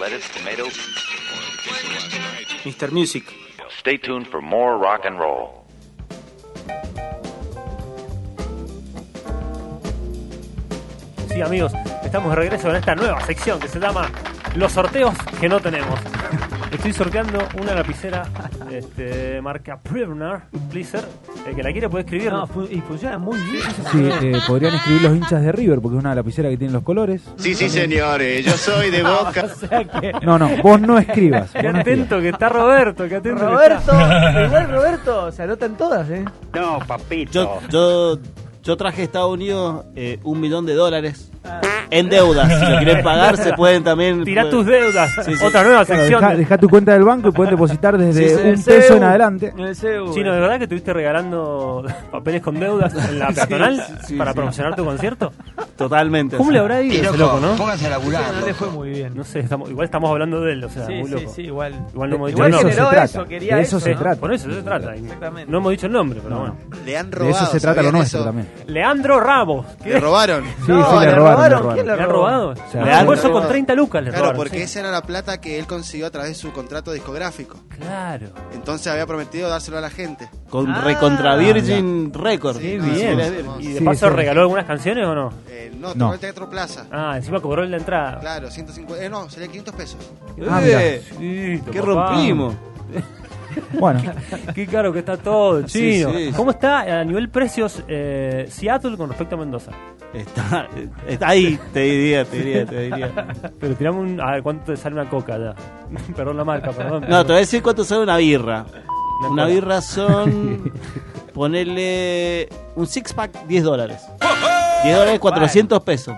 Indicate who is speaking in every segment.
Speaker 1: lettuce, tomatoes.
Speaker 2: Mr. Music.
Speaker 1: Stay tuned for more rock and roll.
Speaker 3: Sí, amigos, estamos de regreso en esta nueva sección que se llama Los sorteos que no tenemos. Estoy sorteando una lapicera este, marca Prisoner, Pleaser. El que la quiere puede escribir.
Speaker 4: No, fu- y funciona muy bien.
Speaker 5: Sí, eh, podrían escribir los hinchas de River porque es una lapicera que tiene los colores.
Speaker 6: Sí, sí, señores, yo soy de
Speaker 4: O
Speaker 6: Boca.
Speaker 4: sea que.
Speaker 5: No, no, vos no escribas. vos
Speaker 3: Qué
Speaker 5: no escribas.
Speaker 3: atento que está Roberto, qué atento. que
Speaker 4: Roberto,
Speaker 3: está.
Speaker 4: igual Roberto, se anotan todas, ¿eh?
Speaker 7: No, papito.
Speaker 8: Yo, yo, yo traje a Estados Unidos eh, un millón de dólares en deudas. Si lo quieren pagar, se pueden también.
Speaker 3: Tirá
Speaker 8: pueden-
Speaker 3: tus deudas.
Speaker 8: Sí, sí.
Speaker 3: Otra nueva
Speaker 5: Claro,
Speaker 3: sección.
Speaker 5: deja, deja tu cuenta del banco y puedes depositar desde
Speaker 8: Sí, sí,
Speaker 5: un
Speaker 4: el
Speaker 5: peso
Speaker 4: CEU.
Speaker 5: en adelante.
Speaker 4: El CEU,
Speaker 3: Chino, ¿de
Speaker 4: eh.
Speaker 3: verdad que estuviste regalando papeles con deudas en la peatonal
Speaker 8: sí,
Speaker 3: para
Speaker 8: sí.
Speaker 3: promocionar tu concierto?
Speaker 8: Totalmente.
Speaker 3: ¿Cómo
Speaker 8: sí.
Speaker 3: le habrá ido ese loco, no?
Speaker 7: Pónganse a laburar.
Speaker 4: No le fue muy bien.
Speaker 3: No sé, estamos- igual estamos hablando de él, o sea,
Speaker 4: sí,
Speaker 3: muy
Speaker 4: sí,
Speaker 3: loco.
Speaker 4: sí, igual.
Speaker 3: Igual
Speaker 8: Eh,
Speaker 3: no hemos dicho
Speaker 4: Igual
Speaker 3: no.
Speaker 5: De
Speaker 4: generó
Speaker 5: eso se
Speaker 4: eso,
Speaker 5: trata.
Speaker 4: quería
Speaker 5: De eso
Speaker 4: eso,
Speaker 5: se
Speaker 4: ¿no?
Speaker 5: trata.
Speaker 3: Por eso se trata.
Speaker 4: Exactamente.
Speaker 3: No hemos dicho el nombre, pero
Speaker 5: No,
Speaker 3: bueno.
Speaker 6: Le han
Speaker 5: De
Speaker 6: robado.
Speaker 5: eso se trata lo
Speaker 6: ¿sabían
Speaker 5: nuestro
Speaker 6: eso?
Speaker 5: también.
Speaker 3: Leandro Rabo. ¿Qué?
Speaker 6: Le robaron.
Speaker 5: Sí, sí, le robaron. le robaron.
Speaker 4: ¿Quién
Speaker 3: ¿Le
Speaker 4: le
Speaker 3: han
Speaker 4: robó?
Speaker 3: robado?
Speaker 5: sea,
Speaker 3: Le
Speaker 8: le han
Speaker 3: almuerzo con
Speaker 8: robado.
Speaker 3: 30 lucas, le
Speaker 6: Claro,
Speaker 3: robaron.
Speaker 6: porque
Speaker 3: sí.
Speaker 6: esa era la plata que él consiguió a través de su contrato discográfico.
Speaker 3: Claro.
Speaker 6: Entonces había prometido dárselo a la gente.
Speaker 8: Con
Speaker 4: Ah,
Speaker 8: recontra Virgin Records.
Speaker 6: Sí,
Speaker 8: Ah,
Speaker 3: bien.
Speaker 8: sí, era-
Speaker 3: ¿Y de
Speaker 5: Sí,
Speaker 3: paso
Speaker 5: sí.
Speaker 3: regaló algunas canciones o no?
Speaker 6: Eh, no,
Speaker 5: No.
Speaker 6: tocó el Teatro Plaza.
Speaker 3: Ah, encima cobró la entrada.
Speaker 6: Claro, 150. Eh, no, sería 500 pesos.
Speaker 5: Ah, mirá.
Speaker 8: Eh,
Speaker 3: Sí,
Speaker 8: ¿Qué
Speaker 3: papá.
Speaker 8: rompimos?
Speaker 5: Bueno,
Speaker 3: Qué caro que está todo,
Speaker 8: Sí,
Speaker 3: chino.
Speaker 8: sí.
Speaker 3: ¿Cómo está a nivel precios eh, Seattle con respecto a Mendoza?
Speaker 8: Está, está ahí, te diría, te diría, te diría.
Speaker 3: Pero tiramos un. A ver, ¿cuánto te sale una coca ya? perdón la marca, perdón.
Speaker 8: No, te voy a decir cuánto sale una birra. Una
Speaker 3: cola.
Speaker 8: birra son. Ponerle un six pack, 10 dólares. 10 dólares, 400 pesos.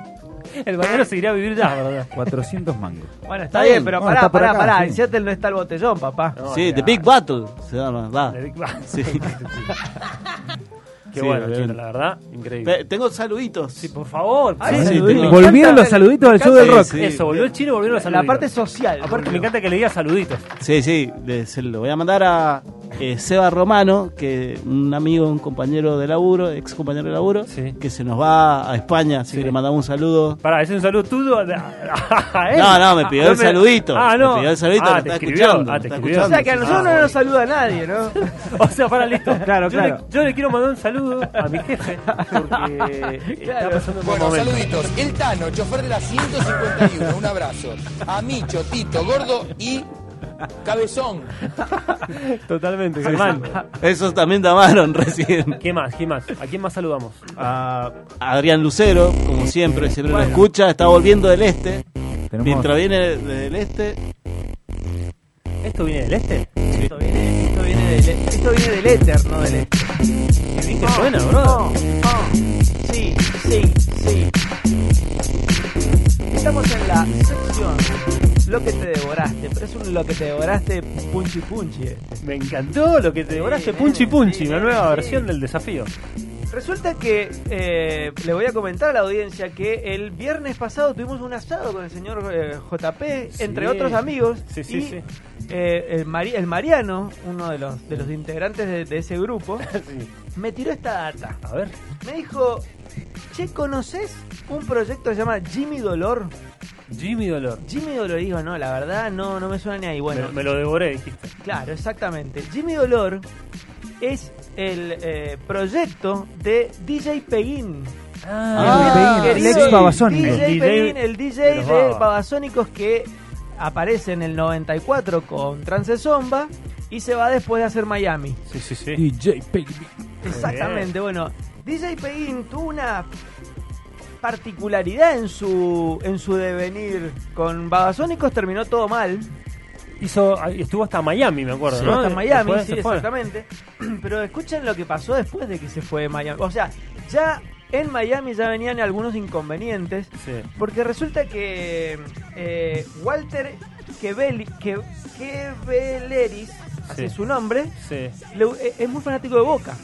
Speaker 3: El banero se iría a vivir ya, ¿verdad?
Speaker 5: 400 mangos.
Speaker 4: Bueno, está
Speaker 8: Está
Speaker 4: bien,
Speaker 8: bien.
Speaker 4: pero
Speaker 5: No,
Speaker 4: pará,
Speaker 5: está por
Speaker 4: pará,
Speaker 5: acá,
Speaker 4: pará.
Speaker 5: sí.
Speaker 4: En Seattle no está el botellón, papá.
Speaker 3: No,
Speaker 8: Sí,
Speaker 3: ya.
Speaker 8: The Big Battle. Se llama, va.
Speaker 3: The Big Bang.
Speaker 8: Sí.
Speaker 3: Qué
Speaker 8: Sí,
Speaker 3: bueno,
Speaker 8: Joaquín.
Speaker 3: chino, la verdad, increíble.
Speaker 8: Pe- Tengo saluditos.
Speaker 3: Sí, por favor.
Speaker 4: Ay,
Speaker 3: sí.
Speaker 8: sí, tengo-
Speaker 4: saludito. Me encanta
Speaker 5: Volvieron los
Speaker 4: el-
Speaker 5: saluditos
Speaker 4: me
Speaker 5: del
Speaker 4: encanta
Speaker 5: show del
Speaker 8: sí.
Speaker 3: Eso, volvió el chino, volvieron los
Speaker 4: La
Speaker 3: saluditos.
Speaker 4: parte social.
Speaker 3: Aparte, me
Speaker 4: volvió.
Speaker 3: encanta que le diga saluditos.
Speaker 8: Sí, sí, le- se lo voy a mandar a eh, Seba Romano, que un amigo, un compañero de laburo, ex compañero de laburo,
Speaker 3: Sí.
Speaker 8: que se nos va a España, así
Speaker 3: Sí.
Speaker 8: que le mandamos un saludo.
Speaker 3: Pará, ¿es un saludo tuyo? a- a- a él?
Speaker 8: No, no, me pidió
Speaker 3: Ah,
Speaker 8: el saludito.
Speaker 3: Ah, no.
Speaker 8: Me pidió el saludito, lo
Speaker 3: ah, te
Speaker 8: está
Speaker 3: escribió,
Speaker 8: escuchando,
Speaker 3: Ah,
Speaker 8: lo
Speaker 3: te
Speaker 8: está
Speaker 3: escribió.
Speaker 4: O sea que a nosotros
Speaker 3: Ah,
Speaker 4: no nos saluda nadie, ¿no?
Speaker 3: O sea, para listo.
Speaker 5: Claro,
Speaker 3: yo
Speaker 5: claro.
Speaker 3: Le, yo le quiero mandar un saludo a mi jefe porque está
Speaker 4: Claro.
Speaker 3: pasando un buen
Speaker 9: Bueno,
Speaker 3: momento.
Speaker 9: saluditos. El Tano, chofer de la 151, un abrazo. A Micho, Tito, Gordo y Cabezón.
Speaker 3: Totalmente, Germán.
Speaker 8: Esos también llamaron recién.
Speaker 3: ¿Qué más? ¿Qué más? ¿A quién más saludamos?
Speaker 8: A Adrián Lucero, como siempre, siempre lo escucha, está volviendo del este.
Speaker 5: Tenemos-
Speaker 8: Mientras viene del este,
Speaker 3: ¿Esto viene del este?
Speaker 4: Esto viene, esto viene del, e, esto viene del éter, no del e, éter.
Speaker 3: ¿Qué suena, bro?
Speaker 4: Oh, oh. Sí, sí, sí. Estamos en la sección Lo que te devoraste, pero es un lo que te devoraste punchi punchi. este.
Speaker 3: Me encantó lo que te devoraste Punchi Punchi, una nueva versión del desafío.
Speaker 4: Resulta que eh, le voy a comentar a la audiencia que el viernes pasado tuvimos un asado con el señor eh, JP,
Speaker 3: Sí.
Speaker 4: entre otros amigos.
Speaker 3: Sí, sí,
Speaker 4: y,
Speaker 3: sí.
Speaker 4: eh, el, Mari- el Mariano, uno de los, de los integrantes de, de ese grupo, me tiró esta data.
Speaker 3: A ver.
Speaker 4: Me dijo, che, ¿conoces un proyecto que se llama Jimmy Dolor?
Speaker 3: Jimmy Dolor.
Speaker 4: Jimmy Dolor, digo, no, la verdad no, no me suena ni ahí. Bueno,
Speaker 3: Me, me lo devoré, dijiste.
Speaker 4: claro, exactamente. Jimmy Dolor es el eh, proyecto de DJ Peguín.
Speaker 5: Ah, Peguín, el ex Babasónicos.
Speaker 4: DJ
Speaker 3: El
Speaker 4: Peguín,
Speaker 3: DJ
Speaker 4: el
Speaker 3: de
Speaker 4: DJ
Speaker 3: los
Speaker 4: de
Speaker 3: Babas.
Speaker 4: Babasónicos que aparece en el 94 con Trance Zomba y se va después de hacer Miami.
Speaker 3: Sí, sí, sí.
Speaker 5: DJ Baby.
Speaker 4: Exactamente, bueno, DJ Peguín tuvo una particularidad en su en su devenir con Babasónicos terminó todo mal
Speaker 3: Hizo, estuvo hasta Miami, me acuerdo,
Speaker 4: se
Speaker 3: ¿no?
Speaker 4: va hasta Miami
Speaker 3: Después
Speaker 4: sí
Speaker 3: se fue.
Speaker 4: exactamente pero escuchen lo que pasó después de que se fue de Miami o sea ya en Miami ya venían algunos inconvenientes
Speaker 3: Sí.
Speaker 4: porque resulta que eh, Walter Quebeli- Que- Quebeleris así
Speaker 3: Sí.
Speaker 4: es su nombre
Speaker 3: Sí.
Speaker 4: le- eh, es muy fanático de Boca,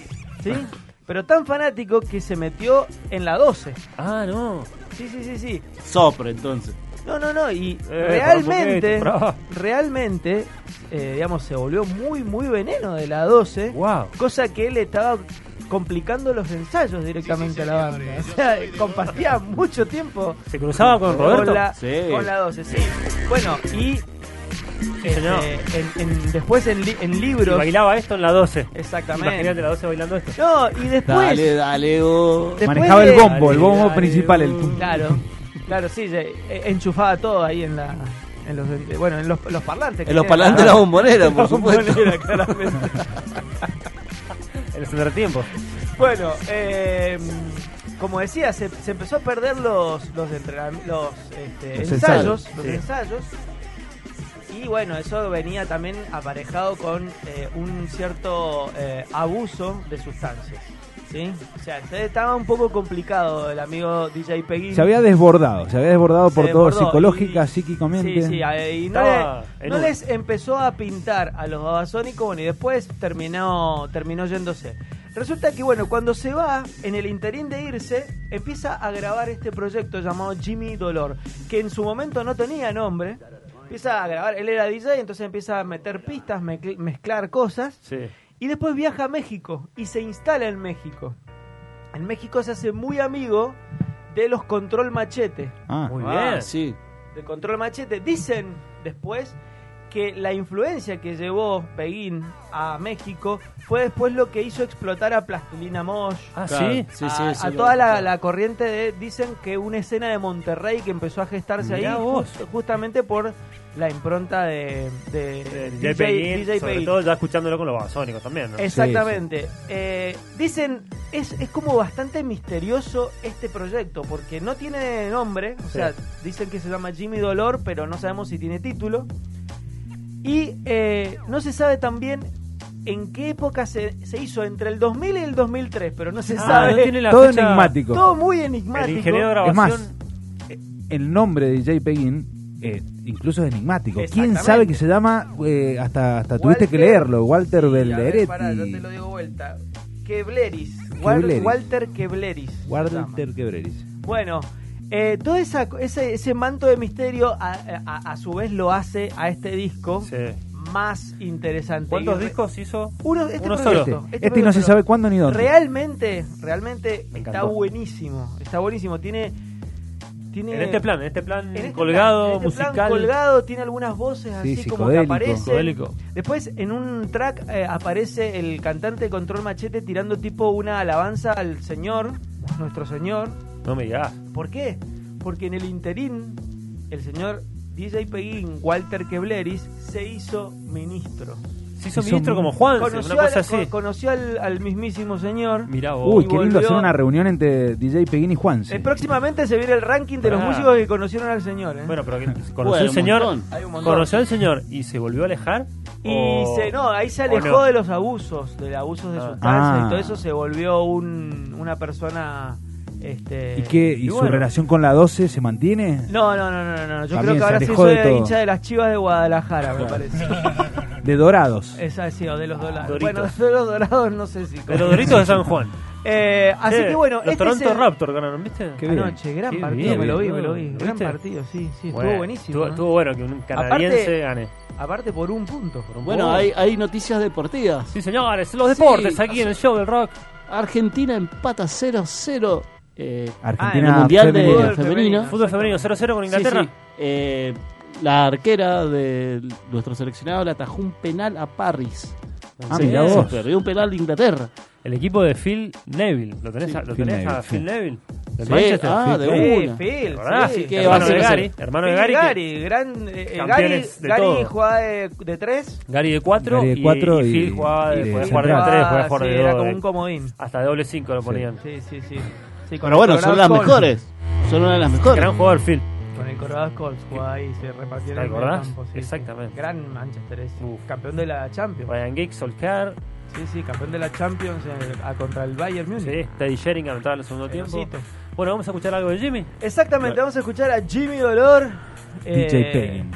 Speaker 4: ¿sí?
Speaker 3: Ah.
Speaker 4: Pero tan fanático que se metió en la 12.
Speaker 3: Ah, no.
Speaker 4: Sí, sí, sí, sí.
Speaker 8: sopre entonces.
Speaker 4: No, no, no. Y
Speaker 3: Eh,
Speaker 4: realmente,
Speaker 3: por un poquito,
Speaker 4: realmente, eh, digamos, se volvió muy, muy veneno de la 12.
Speaker 3: Wow.
Speaker 4: Cosa que le estaba complicando los ensayos directamente a la banda. O sea, compartía mucho tiempo
Speaker 3: ¿Se cruzaba con Roberto?
Speaker 4: con la,
Speaker 8: Sí.
Speaker 4: con la 12, sí. Bueno, y este,
Speaker 3: señor.
Speaker 4: en- en- después en, li- en
Speaker 3: Y
Speaker 4: libros.
Speaker 3: bailaba esto en la 12. Imagínate
Speaker 4: Exactamente.
Speaker 3: la 12 bailando esto.
Speaker 4: No, y después.
Speaker 8: Dale, dale, oh.
Speaker 4: después
Speaker 5: Manejaba
Speaker 4: de-
Speaker 5: el bombo, el bombo
Speaker 3: Dale,
Speaker 5: principal. El...
Speaker 4: Claro, claro, sí, ya, eh, enchufaba todo ahí en la. En los, eh, bueno, en los, los parlantes. que
Speaker 8: En los
Speaker 4: tiene
Speaker 8: parlantes de la
Speaker 4: la-
Speaker 8: bombonera, por supuesto.
Speaker 3: Bombonera, claramente. en los entretiempos.
Speaker 4: Bueno, eh, como decía, se, se empezó a perder los, los, entrenam- los, este,
Speaker 5: Los
Speaker 4: ensayos,
Speaker 5: ensayos,
Speaker 4: los
Speaker 3: sí.
Speaker 4: ensayos. Y bueno, eso venía también aparejado con eh, un cierto eh, abuso de sustancias. ¿sí? O sea, estaba un poco complicado el amigo DJ Peggy.
Speaker 5: Se había desbordado, se había desbordado por
Speaker 4: Se
Speaker 5: todo,
Speaker 4: desbordó
Speaker 5: psicológica,
Speaker 4: y-
Speaker 5: psíquicamente.
Speaker 4: Sí, sí, eh, y no,
Speaker 3: Estaba
Speaker 4: le-
Speaker 3: en
Speaker 4: no
Speaker 3: una.
Speaker 4: les empezó a pintar a los babasónicos, bueno, y después terminó, terminó yéndose. Resulta que, bueno, cuando se va, en el interín de irse, empieza a grabar este proyecto llamado Jimmy Dolor, que en su momento no tenía nombre. Empieza a grabar, él era DJ, entonces empieza a meter pistas, mezcl- mezclar cosas.
Speaker 3: Sí.
Speaker 4: Y después viaja a México y se instala en México. En México se hace muy amigo de los Control Machete
Speaker 5: Ah,
Speaker 3: Muy
Speaker 8: Ah,
Speaker 3: bien.
Speaker 8: sí.
Speaker 4: de Control Machete. Dicen después que la influencia que llevó Peguín a México fue después lo que hizo explotar a Plastilina Mosh.
Speaker 3: Ah,
Speaker 8: Claro,
Speaker 3: sí.
Speaker 8: sí, sí,
Speaker 4: a,
Speaker 8: sí,
Speaker 4: a
Speaker 8: lo-
Speaker 4: toda la,
Speaker 8: claro.
Speaker 4: la corriente de dicen que una escena de Monterrey que empezó a gestarse
Speaker 3: Mirá
Speaker 4: ahí
Speaker 3: vos.
Speaker 4: just- justamente por la impronta de, de,
Speaker 3: DJ Peguín, sobre
Speaker 4: Peguín.
Speaker 3: todo ya escuchándolo con los babasónicos también, ¿no?
Speaker 4: Exactamente. Eh, dicen, es, es como bastante misterioso este proyecto, porque no tiene nombre, o
Speaker 3: Sí.
Speaker 4: sea, dicen que se llama Jimmy Dolor, pero no sabemos si tiene título. Y eh, no se sabe también en qué época se, se hizo, entre el 2000 y el 2003, pero no se
Speaker 3: Ah,
Speaker 4: sabe.
Speaker 3: no tiene la
Speaker 5: todo
Speaker 3: fecha-
Speaker 5: enigmático.
Speaker 4: Todo muy enigmático.
Speaker 3: El ingeniero de
Speaker 5: Es
Speaker 3: grabación.
Speaker 5: más, el nombre de DJ Peguin eh, incluso es enigmático. ¿Quién
Speaker 4: Exactamente.
Speaker 5: sabe que se llama? Eh, hasta hasta tuviste que
Speaker 4: Walter-
Speaker 5: leerlo, Walter
Speaker 4: Sí, a ver,
Speaker 5: Belderetti.
Speaker 4: pará, yo te lo digo vuelta. Kebleris. Wal-
Speaker 5: Kebleris.
Speaker 4: Walter Kebleris. se llama.
Speaker 5: Walter Quebreris.
Speaker 4: Bueno, eh, todo esa, ese, ese manto de misterio a, a- a su vez lo hace a este disco
Speaker 3: Sí.
Speaker 4: más interesante.
Speaker 3: ¿Cuántos
Speaker 4: Y re-
Speaker 3: discos hizo?
Speaker 4: Uno, este
Speaker 3: Uno
Speaker 4: proyecto,
Speaker 3: solo.
Speaker 5: Este,
Speaker 4: este
Speaker 5: este no se
Speaker 4: proyecto.
Speaker 5: sabe cuándo ni dónde.
Speaker 4: Realmente, realmente
Speaker 3: Me
Speaker 4: está
Speaker 3: encantó.
Speaker 4: buenísimo. Está buenísimo. Tiene. tiene
Speaker 3: En este plan, en este plan
Speaker 4: en este
Speaker 3: colgado,
Speaker 4: plan, en este plan
Speaker 3: musical.
Speaker 4: colgado, tiene algunas voces
Speaker 5: Sí,
Speaker 4: así como que
Speaker 5: psicodélico.
Speaker 4: aparecen.
Speaker 8: Psicodélico.
Speaker 4: Después, en un track eh, aparece el cantante de Control Machete tirando tipo una alabanza al señor, nuestro señor.
Speaker 3: No me digas.
Speaker 4: ¿Por qué? Porque en el interín, el señor DJ Peguín, Walter Kebleris, se hizo ministro.
Speaker 3: Se hizo
Speaker 5: Hizo
Speaker 3: ministro
Speaker 5: un-
Speaker 3: como Juan, una
Speaker 4: Conoció, al,
Speaker 3: cosa así.
Speaker 4: con- conoció al, al mismísimo señor.
Speaker 3: Mirá vos.
Speaker 5: Uy,
Speaker 4: Y
Speaker 5: qué lindo
Speaker 4: volvió-
Speaker 5: hacer una reunión entre DJ Peguin y Juan.
Speaker 4: Eh, próximamente se viene el ranking de los
Speaker 3: Ah.
Speaker 4: músicos que conocieron al señor. ¿eh?
Speaker 3: Bueno, pero que conoció
Speaker 8: Bueno,
Speaker 3: al
Speaker 8: un
Speaker 3: señor,
Speaker 8: montón.
Speaker 4: Hay un montón.
Speaker 3: conoció al señor y se volvió a alejar.
Speaker 4: y
Speaker 3: o-
Speaker 4: se, no, ahí se
Speaker 3: o
Speaker 4: alejó
Speaker 3: no.
Speaker 4: de los abusos, de los abusos de
Speaker 3: Ah.
Speaker 4: sustancias
Speaker 5: Ah.
Speaker 4: y todo eso. Se volvió un- una persona. Este,
Speaker 5: ¿Y, qué, y,
Speaker 3: y
Speaker 5: su
Speaker 3: bueno.
Speaker 5: relación con la 12 se mantiene?
Speaker 4: No, no, no, no, no, no. Yo
Speaker 5: También
Speaker 4: creo que
Speaker 5: se
Speaker 4: ahora se
Speaker 5: alejó
Speaker 4: hizo
Speaker 5: de
Speaker 4: de
Speaker 5: todo.
Speaker 4: hincha de las chivas de Guadalajara, me parece.
Speaker 5: De Dorados.
Speaker 4: Esa ha sido de los dorados.
Speaker 3: Doritos.
Speaker 4: Bueno, de los dorados no sé si.
Speaker 3: De los Doritos de San Juan.
Speaker 4: Eh, así
Speaker 3: Sí,
Speaker 4: que bueno,
Speaker 3: Los
Speaker 4: este
Speaker 3: Toronto
Speaker 4: es el-
Speaker 3: Raptor ganaron, ¿viste?
Speaker 5: Qué bien.
Speaker 4: Anoche, gran
Speaker 3: Qué
Speaker 4: partido,
Speaker 3: bien,
Speaker 4: me lo vi,
Speaker 3: boludo.
Speaker 4: me lo vi. Gran
Speaker 3: ¿Viste?
Speaker 4: partido, sí, sí, estuvo
Speaker 3: Bueno,
Speaker 4: buenísimo.
Speaker 3: Estuvo,
Speaker 4: ¿no?
Speaker 3: estuvo bueno que un canadiense
Speaker 4: Aparte-
Speaker 3: gane.
Speaker 4: Aparte por un punto.
Speaker 3: Por un
Speaker 8: Bueno,
Speaker 3: gol.
Speaker 8: hay, hay noticias deportivas.
Speaker 3: Sí, señores, los
Speaker 8: Sí,
Speaker 3: deportes aquí
Speaker 8: así-
Speaker 3: en el show del rock.
Speaker 8: Argentina empata 0-0 eh,
Speaker 4: Ah,
Speaker 8: en
Speaker 5: Argentina
Speaker 8: el Mundial de
Speaker 5: femenina.
Speaker 8: Femenino.
Speaker 4: femenino.
Speaker 3: Fútbol femenino 0-0 con Inglaterra.
Speaker 8: Sí, sí. Eh, la arquera de nuestro seleccionado le atajó un penal a Parris.
Speaker 5: Ah,
Speaker 8: Se-
Speaker 5: mirá
Speaker 8: se
Speaker 5: vos.
Speaker 8: perdió un penal de Inglaterra.
Speaker 3: El equipo de Phil Neville. ¿Lo tenés,
Speaker 8: Sí,
Speaker 3: a, lo
Speaker 5: Phil
Speaker 3: tenés a
Speaker 5: Neville,
Speaker 3: Phil
Speaker 5: sí.
Speaker 3: Neville? Del
Speaker 8: Sí,
Speaker 3: Manchester.
Speaker 8: ah, de
Speaker 3: Phil,
Speaker 8: una.
Speaker 4: Phil,
Speaker 3: ¿Verdad?
Speaker 4: sí.
Speaker 8: que va a
Speaker 3: hermano de
Speaker 8: ser-
Speaker 3: Gary. Hermano de Gary. que-
Speaker 4: Gary, gran. eh, Gary,
Speaker 3: Campeones de
Speaker 4: Gary
Speaker 3: todo.
Speaker 4: jugaba de, de tres.
Speaker 3: Gary de 4
Speaker 5: Gary de
Speaker 3: y,
Speaker 5: cuatro
Speaker 3: y
Speaker 5: y-
Speaker 3: Phil jugaba de,
Speaker 5: y de
Speaker 3: podía jugar de
Speaker 5: central.
Speaker 3: 3, podía
Speaker 4: Ah,
Speaker 3: jugar
Speaker 4: sí,
Speaker 3: de
Speaker 4: era
Speaker 3: 2.
Speaker 4: como un comodín.
Speaker 3: Hasta de doble 5 lo ponían.
Speaker 4: Sí, sí, sí. Sí, con
Speaker 8: Pero
Speaker 4: el
Speaker 8: bueno, son
Speaker 4: Colorado
Speaker 8: las
Speaker 4: Colts.
Speaker 8: mejores. Son una de las mejores.
Speaker 3: Gran jugador Phil.
Speaker 4: Con el Colorado Colts jugaba ahí, se repartieron
Speaker 3: ¿Te
Speaker 4: en el
Speaker 3: acordás?
Speaker 4: campo, sí, sí.
Speaker 3: Exactamente.
Speaker 4: Gran Manchester, es
Speaker 3: Uf.
Speaker 4: campeón de la Champions.
Speaker 3: Ryan Giggs, Solskjaer.
Speaker 4: Sí, sí, campeón de la Champions eh, a contra el Bayern Múnich.
Speaker 3: Sí, Teddy Sheringham entraba en el segundo tiempo.
Speaker 4: Hermosito.
Speaker 3: Bueno, vamos a escuchar algo de Jimmy.
Speaker 4: Exactamente, vamos a escuchar a Jimmy Dolor.
Speaker 5: DJ
Speaker 4: eh,
Speaker 5: Peguin.